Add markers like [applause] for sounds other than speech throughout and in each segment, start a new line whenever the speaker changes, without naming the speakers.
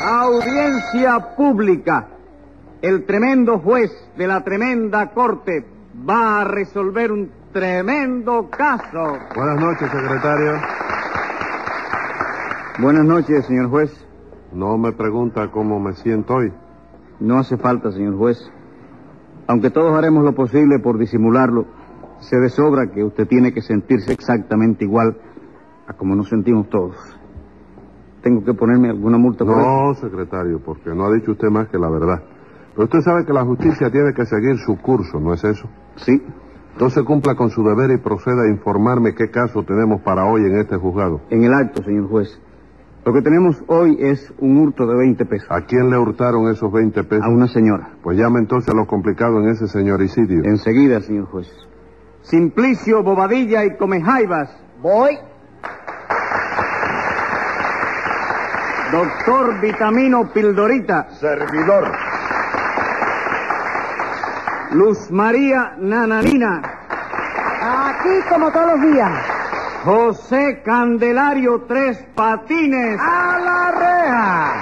Audiencia pública. El tremendo juez de la tremenda corte va a resolver un tremendo caso.
Buenas noches, secretario.
Buenas noches, señor juez.
No me pregunta cómo me siento hoy.
No hace falta, señor juez. Aunque todos haremos lo posible por disimularlo, se de sobra que usted tiene que sentirse exactamente igual a como nos sentimos todos. ¿Tengo que ponerme alguna multa por esto?
No, secretario, porque no ha dicho usted más que la verdad. Pero usted sabe que la justicia tiene que seguir su curso, ¿no es eso?
Sí.
Entonces cumpla con su deber y proceda a informarme qué caso tenemos para hoy en este juzgado.
En el acto, señor juez. Lo que tenemos hoy es un hurto de 20 pesos
¿A quién le hurtaron esos 20 pesos?
a una señora.
Pues llame entonces a lo complicado en ese señoricidio.
Enseguida, señor juez. Simplicio, Bobadilla y Comejaivas.
Voy.
Doctor Vitamino Pildorita.
Servidor.
Luz María Nananina.
Aquí como todos los días.
José Candelario Tres Patines.
Ah,
¡A la reja!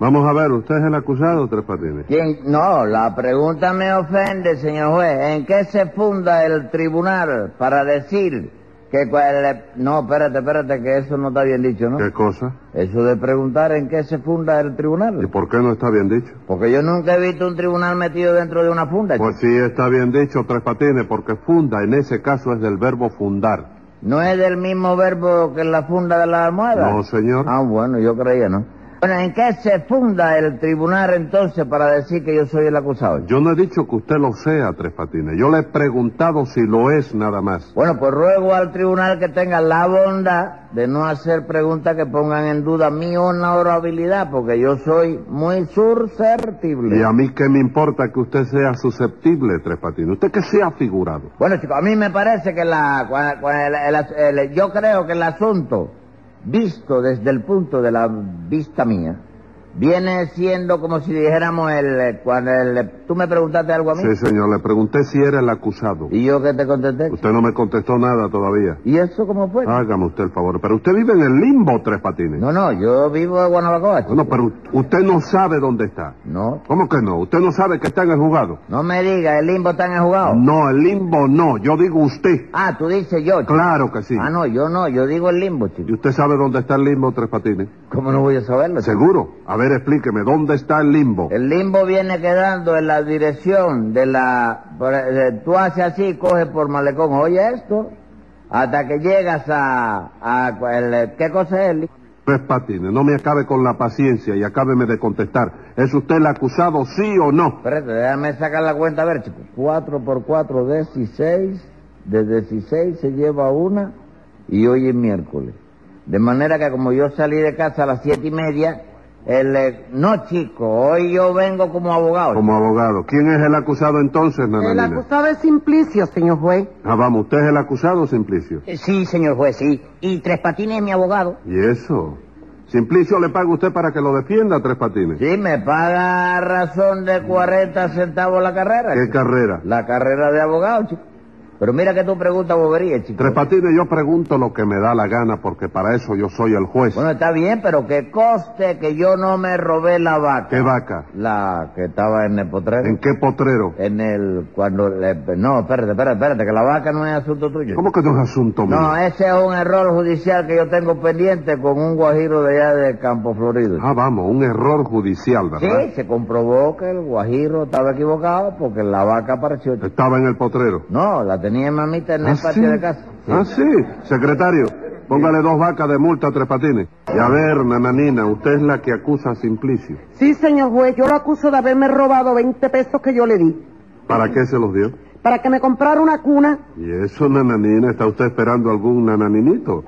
Vamos a ver, ¿usted es el acusado, Tres Patines?
¿Quién? No, la pregunta me ofende, señor juez. ¿En qué se funda el tribunal para decir que... cual- No, espérate, espérate, que eso no está bien dicho, ¿no?
¿Qué cosa?
Eso de preguntar en qué se funda el
¿Y
tribunal.
por qué no está bien dicho?
Porque yo nunca he visto un tribunal metido dentro de una funda.
Pues
chico.
sí está bien dicho, Tres Patines, porque funda en ese caso es del verbo fundar.
¿No es del mismo verbo que la funda de la almohada?
No, señor.
Ah, bueno, yo creía, ¿no? Bueno, ¿en qué se funda el tribunal entonces para decir que yo soy el acusado?
Yo no he dicho que usted lo sea, Tres Patines. Yo le he preguntado si lo es nada más.
Bueno, pues ruego al tribunal que tenga la bondad de no hacer preguntas que pongan en duda mi honorabilidad, porque yo soy muy
Y
susceptible.
a mí qué me importa que usted sea susceptible, Tres Patines. Usted que sea figurado.
Bueno, chicos, a mí me parece que la, cua- cua- el- el as- el- yo creo que el asunto, visto desde el punto de la vista mía, viene siendo como si dijéramos el, eh, cuando el- tú me preguntaste algo a mí
Sí, señor. Le pregunté si era el acusado.
y yo que te contesté.
Usted no me contestó nada todavía.
¿Y eso cómo fue?
Hágame usted el favor. Pero usted vive en el limbo, Tres Patines.
No, no, yo vivo de Guanabacoa. chico.
Bueno, pero usted no sabe dónde está.
No,
¿Cómo que no? ¿Usted no sabe que está en el juzgado?
no me diga, el limbo está en el jugado.
No, el limbo no. Yo digo usted.
Ah, tú dices yo. chico.
Claro que sí.
Ah, no, yo no, yo digo el limbo,
¿Y
chico.
usted sabe dónde está el limbo, Tres Patines?
¿Cómo no voy a saberlo? chico?
Seguro. A ver, explíqueme, ¿dónde está el limbo?
El limbo viene quedando en la dirección de la... por- eh, Tú haces así, coges por malecón, oye esto, hasta que llegas a... a el- ¿Qué cosa es el limbo?
Tres Patines, no me acabe con la paciencia y acábeme de contestar. ¿Es usted el acusado, sí o no?
Espérate, déjame sacar la cuenta, a ver, chico. 4 por 4, 16. De 16 se lleva una y hoy es miércoles. De manera que como yo salí de casa a las siete y media, el, eh, no chico, hoy yo vengo como abogado.
Como abogado. ¿Quién es el acusado entonces,
El
Nananina?
acusado es Simplicio, señor juez.
Ah, vamos, ¿usted es el acusado, Simplicio?
Eh,
Sí, señor juez, sí. Y Tres Patines es mi abogado.
¿Y eso? Simplicio le paga usted para que lo defienda, Tres Patines.
Sí, me paga a razón de 40 centavos la carrera.
¿Qué
chico.
carrera?
La carrera de abogado, chico. Pero mira que tú preguntas bobería, chico.
Tres Patines, yo pregunto lo que me da la gana porque para eso yo soy el juez.
Bueno, está bien, pero que coste que yo no me robé la vaca.
¿Qué vaca?
La que estaba en el potrero.
¿En qué potrero?
En el. Cuando. le- no, espérate, espérate, espérate, que la vaca no es asunto tuyo.
¿Cómo que no es asunto mío?
Eh, No, ese es un error judicial que yo tengo pendiente con un guajiro de allá de Campo Florido.
Ah, vamos, un error judicial, ¿verdad?
sí, se comprobó que el guajiro estaba equivocado porque la vaca apareció.
Estaba en el potrero.
No, la tenía mamita en
¿Ah,
el patio
sí?
de casa. Sí.
Ah, sí. Secretario, póngale dos vacas de multa a Tres Patines. Y a ver, nananina, usted es la que acusa a Simplicio.
Sí, señor juez, yo lo acuso de haberme robado 20 pesos que yo le di
¿Para qué se los dio?
para que me comprara una cuna. [laughs]
¿Y eso, nananina? ¿Está usted esperando algún nananinito?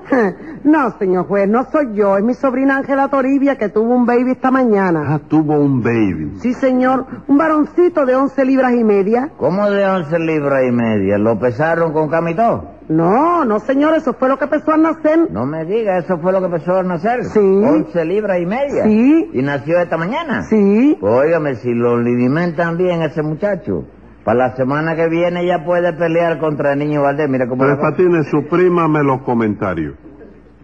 No, señor juez, no soy yo, es mi sobrina Ángela Toribia que tuvo un baby esta mañana.
Ah, tuvo un baby.
Sí, señor, un varoncito de 11 libras y media.
¿Cómo de 11 libras y media? ¿Lo pesaron con camitó?
No, no, señor, eso fue lo que empezó a nacer.
No me diga, eso fue lo que empezó a nacer.
Sí.
11 libras y media.
Sí.
¿Y nació esta mañana?
Sí,
Pues, Óigame, si lo limitan bien ese muchacho, para la semana que viene ya puede pelear contra el niño Valdés. Mira cómo...
Tres
la-
Patines, suprímame los comentarios.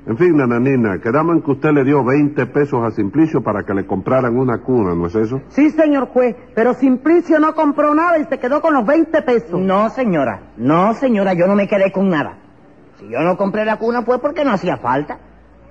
En fin, nananina, quedamos en que usted le dio 20 pesos a Simplicio para que le compraran una cuna, ¿no es eso?
Sí, señor juez, pero Simplicio no compró nada y se quedó con los 20 pesos.
No, señora. No, señora, yo no me quedé con nada. Si yo no compré la cuna fue porque no hacía falta.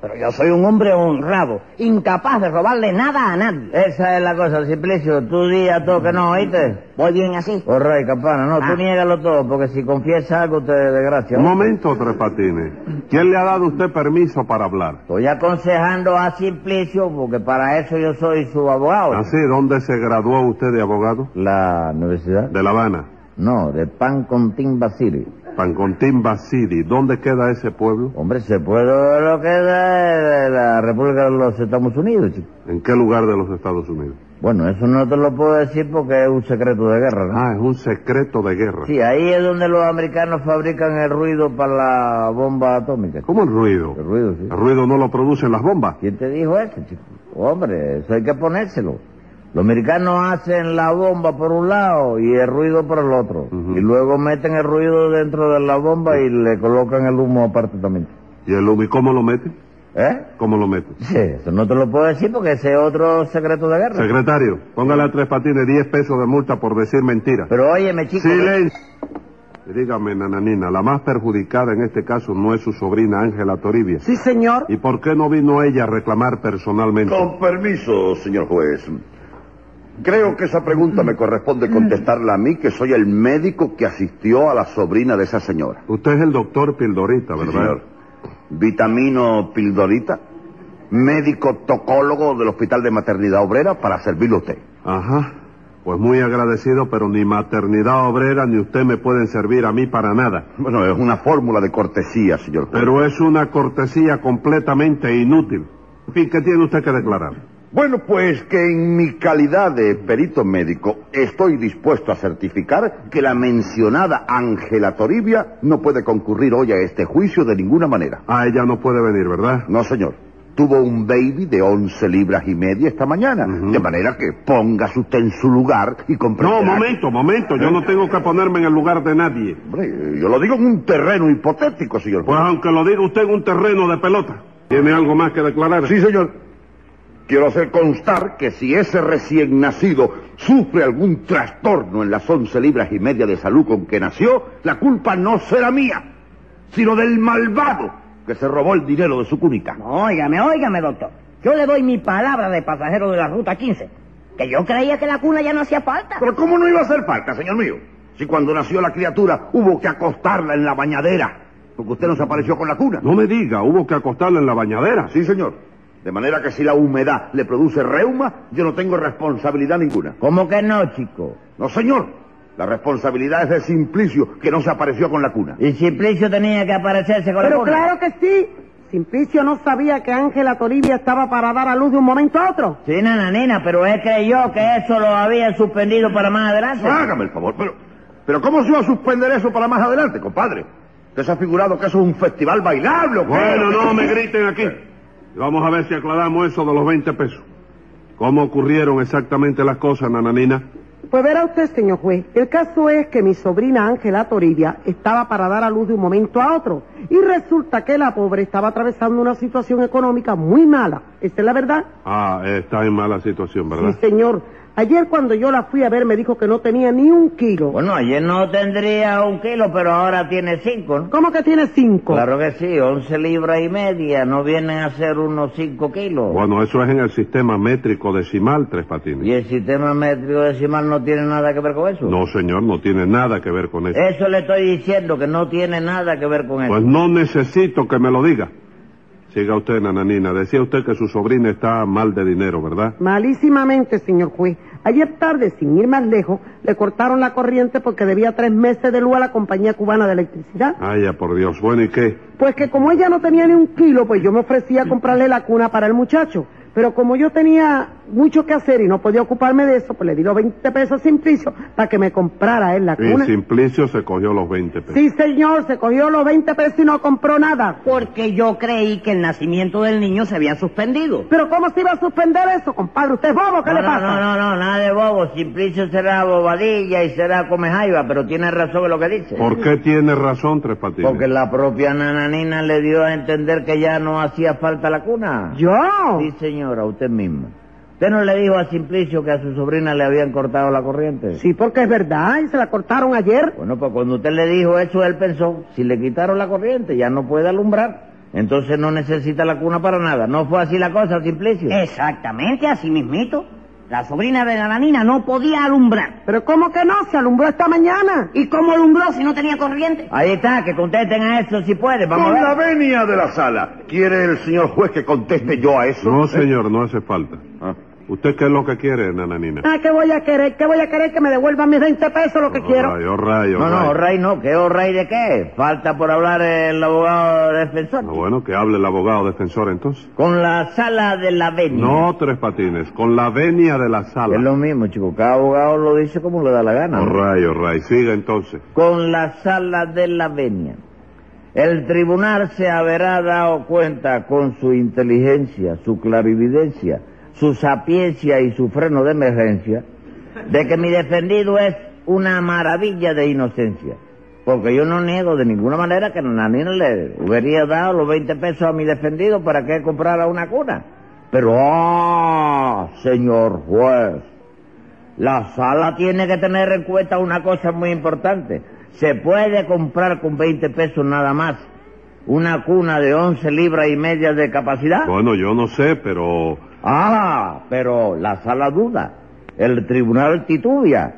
Pero yo soy un hombre honrado, incapaz de robarle nada a nadie.
Esa es la cosa, Simplicio. Tú di a todo que no, ¿oíste?
Voy bien así.
Corre, campana. No,
Ah.
tú niégalo todo, porque si confiesa algo te desgracia.
Un momento, Tres Patines. ¿Quién le ha dado a usted permiso para hablar?
Estoy aconsejando a Simplicio, porque para eso yo soy su abogado.
Así, ¿dónde se graduó usted de abogado?
¿La universidad?
De La Habana.
No, de Pancontín Basiri.
Pancontín Basiri. ¿Dónde queda ese pueblo?
Hombre, se puede lo que da de la República de los Estados Unidos, chico.
¿En qué lugar de los Estados Unidos?
Bueno, eso no te lo puedo decir porque es un secreto de guerra, ¿no?
Ah, es un secreto de guerra.
Sí, ahí es donde los americanos fabrican el ruido para la bomba atómica. chico.
¿Cómo el ruido?
El ruido, sí.
El ruido no lo producen las bombas.
¿Quién te dijo eso, chico? Hombre, eso hay que ponérselo. Los americanos hacen la bomba por un lado y el ruido por el otro.
Ujú.
Y luego meten el ruido dentro de la bomba y le colocan el humo aparte también.
¿Y el humo, y cómo lo mete?
¿Eh?
¿Cómo lo mete?
Sí, eso no te lo puedo decir porque ese es otro secreto de guerra.
Secretario, póngale a Tres Patines 10 pesos de multa por decir mentiras.
Pero óyeme, chico.
Silencio. Y Dígame, nananina, la más perjudicada en este caso no es su sobrina Ángela Toribia.
Sí, señor.
¿Y por qué no vino ella a reclamar personalmente?
Con permiso, señor juez. Creo que esa pregunta me corresponde contestarla a mí, que soy el médico que asistió a la sobrina de esa señora.
Usted es el doctor Pildorita, ¿verdad?
Señor. Vitamino Pildorita, médico tocólogo del Hospital de Maternidad Obrera, para servirle a usted.
Ajá. Pues muy agradecido, pero ni maternidad obrera ni usted me pueden servir a mí para nada.
Bueno, es una fórmula de cortesía, señor juez.
Pero es una cortesía completamente inútil. En fin, ¿qué tiene usted que declarar?
Bueno, pues que en mi calidad de perito médico estoy dispuesto a certificar que la mencionada Ángela Toribia no puede concurrir hoy a este juicio de ninguna manera.
Ah, ella no puede venir, ¿verdad?
No, señor. Tuvo un baby de 11 libras y media esta mañana. De manera que póngase usted en su lugar y comprenderá...
No, momento, momento. Yo no tengo que ponerme en el lugar de nadie.
Hombre, yo lo digo en un terreno hipotético, señor.
Pues aunque lo diga usted en un terreno de pelota. ¿Tiene algo más que declarar?
Sí, señor. Quiero hacer constar que si ese recién nacido sufre algún trastorno en las once libras y media de salud con que nació, la culpa no será mía, sino del malvado que se robó el dinero de su cunita.
Óigame, óigame, doctor. Yo le doy mi palabra de pasajero de la ruta 15. Que yo creía que la cuna ya no hacía falta.
Pero ¿cómo no iba a hacer falta, señor mío? Si cuando nació la criatura hubo que acostarla en la bañadera, porque usted nos apareció con la cuna.
No me diga, hubo que acostarla en la bañadera.
Sí, señor. De manera que si la humedad le produce reuma, yo no tengo responsabilidad ninguna.
¿Cómo que no, chico?
No, señor. La responsabilidad es de Simplicio, que no se apareció con la cuna.
Y Simplicio tenía que aparecerse con
Pero
la cuna.
claro que sí. Simplicio no sabía que Ángela Toribia estaba para dar a luz de un momento a otro.
Sí, nana, nena, pero él creyó que eso lo había suspendido para más adelante.
Hágame el favor, pero... ¿Pero cómo se va a suspender eso para más adelante, compadre? ¿Usted se ha figurado que eso es un festival bailable o qué?
Bueno, no me griten aquí. Vamos a ver si aclaramos eso de los 20 pesos. ¿Cómo ocurrieron exactamente las cosas, nananina?
Pues verá usted, señor juez, el caso es que mi sobrina Ángela Toribia estaba para dar a luz de un momento a otro y resulta que la pobre estaba atravesando una situación económica muy mala. Esa es la verdad.
Ah, está en mala situación, ¿verdad?
Sí, señor. Ayer cuando yo la fui a ver me dijo que no tenía ni un kilo.
Bueno, ayer no tendría un kilo, pero ahora tiene cinco, ¿no?
¿Cómo que tiene cinco?
Claro que sí, once libras y media, no vienen a ser unos cinco kilos.
Bueno, eso es en el sistema métrico decimal, Tres
¿Y
Patines.
el sistema métrico decimal no tiene nada que ver con eso?
No, señor, no tiene nada que ver con eso.
Eso le estoy diciendo, que no tiene nada que ver con eso.
Pues no necesito que me lo diga. Siga usted, nananina. Decía usted que su sobrina está mal de dinero, ¿verdad?
Malísimamente, señor juez. Ayer tarde, sin ir más lejos, le cortaron la corriente porque debía tres meses de luz a la compañía cubana de electricidad.
Ay, ya por Dios. Bueno, ¿y qué?
Pues que como ella no tenía ni un kilo, pues yo me ofrecía a comprarle la cuna para el muchacho. Pero como yo tenía mucho que hacer y no podía ocuparme de eso, pues le di los 20 pesos a Simplicio para que me comprara él la
Y
cuna.
Simplicio se cogió los 20 pesos.
Sí, señor, se cogió los 20 pesos y no compró nada.
Porque yo creí que el nacimiento del niño se había suspendido.
Pero ¿cómo se iba a suspender eso, compadre? ¿Usted es bobo? ¿Qué
no,
le pasa?
No, no, no, nada de bobo. Simplicio será bobadilla y será come jaiba, pero tiene razón en lo que dice.
¿Por qué tiene razón Tres Patines?
Porque la propia nananina le dio a entender que ya no hacía falta la cuna.
¿Yo?
Sí, señora, usted misma. ¿Usted no le dijo a Simplicio que a su sobrina le habían cortado la corriente?
Sí, porque es verdad, y se la cortaron ayer.
Bueno, pues cuando usted le dijo eso, él pensó, si le quitaron la corriente, ya no puede alumbrar. Entonces no necesita la cuna para nada. ¿No fue así la cosa, Simplicio?
Exactamente, así mismito. La sobrina de la nanina no podía alumbrar.
Pero ¿cómo que no? Se alumbró esta mañana.
¿Y cómo alumbró si no tenía corriente?
Ahí está, que contesten a eso si puede. Vamos
Con
a
la
ver.
venia de la sala. ¿Quiere el señor juez que conteste yo a eso?
No, señor, no hace falta.
Ah.
¿Usted qué es lo que quiere, nananina?
Ah, ¿qué voy a querer? ¿Qué voy a querer? Que me devuelvan mis 20 pesos, lo que quiero.
Rayo, rayo,
No, no, Rey no. ¿Qué oh, Rey de qué? Falta por hablar el abogado defensor.
Ah, bueno, que hable el abogado defensor entonces.
Con la sala de la venia.
No, Tres Patines, con la venia de la sala.
Es lo mismo, chico. Cada abogado lo dice como le da la gana.
Oh, rayo, rayo. Siga entonces.
con la sala de la venia. El tribunal se haberá dado cuenta con su inteligencia, su clarividencia, su sapiencia y su freno de emergencia de que mi defendido es una maravilla de inocencia. Porque yo no niego de ninguna manera que Nanina le hubiera dado los 20 pesos a mi defendido para que comprara una cuna. Pero, ah, señor juez, la sala tiene que tener en cuenta una cosa muy importante. Se puede comprar con 20 pesos nada más una cuna de 11 libras y media de capacidad.
Bueno, yo no sé, pero...
Ah, pero la sala duda. El tribunal titubia.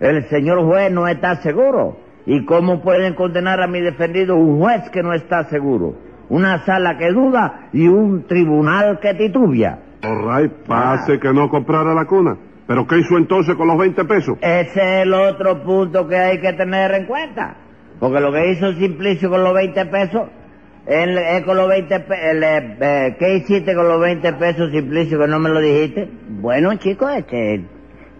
El señor juez no está seguro. ¿Y cómo pueden condenar a mi defendido un juez que no está seguro? Una sala que duda y un tribunal que titubia.
Oh, rayo, pase
Ah.
que no comprara la cuna. ¿Pero qué hizo entonces con los 20 pesos?
Ese es el otro punto que hay que tener en cuenta. Porque lo que hizo Simplicio con los 20 pesos, él, él con los 20 pe- él, eh, eh, ¿qué hiciste con los 20 pesos, Simplicio, que no me lo dijiste?
Bueno, chicos, este,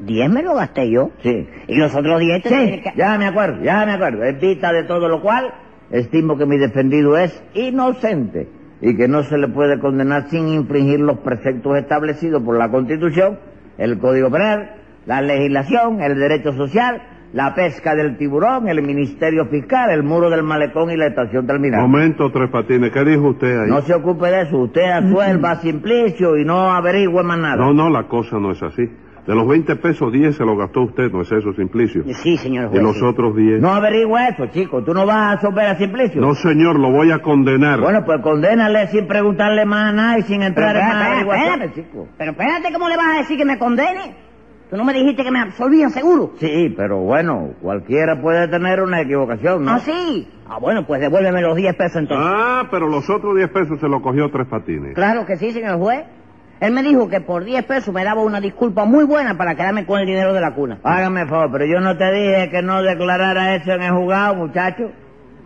10 me lo gasté yo.
Sí.
Y los otros 10 te
Sí,
tienen que-
ya me acuerdo, ya me acuerdo. En vista de todo lo cual, estimo que mi defendido es inocente y que no se le puede condenar sin infringir los preceptos establecidos por la Constitución, el Código Penal, la legislación, el derecho social, la pesca del tiburón, el Ministerio Fiscal, el muro del malecón y la estación terminal.
Momento, Tres Patines, ¿qué dijo usted ahí?
No se ocupe de eso, usted absuelva a Simplicio y no averigüe más nada.
no, no, la cosa no es así. De los 20 pesos, 10 se los gastó usted, ¿no es eso, Simplicio?
Sí, señor
Y
juez.
los
sí.
otros 10...
No averigüe eso, chico, tú no vas a absorber a Simplicio.
No, señor, lo voy a condenar.
Bueno, pues condénale sin preguntarle más a nadie, sin
Pero
entrar en más
espérate,
averiguaciones,
espérate,
chico.
Pero espérate, ¿cómo le vas a decir que me condene? Tú no me dijiste que me absolvían seguro.
Sí, pero bueno, cualquiera puede tener una equivocación, ¿no?
¿Ah, sí? Ah, bueno, pues devuélveme los 10 pesos entonces.
Ah, pero los otros 10 pesos se los cogió Tres Patines.
Claro que sí, señor juez. Él me dijo que por 10 pesos me daba una disculpa muy buena para quedarme con el dinero de la cuna.
Hágame el favor, pero yo no te dije que no declarara eso en el juzgado, muchacho.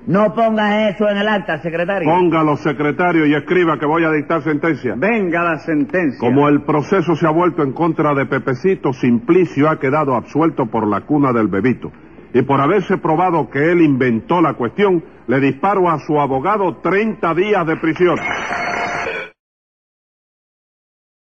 No pongas eso en el acta, secretario.
Póngalo, secretario, y escriba que voy a dictar sentencia.
Venga la sentencia.
Como el proceso se ha vuelto en contra de Pepecito, Simplicio ha quedado absuelto por la cuna del bebito. Y por haberse probado que él inventó la cuestión, le disparo a su abogado 30 días de prisión.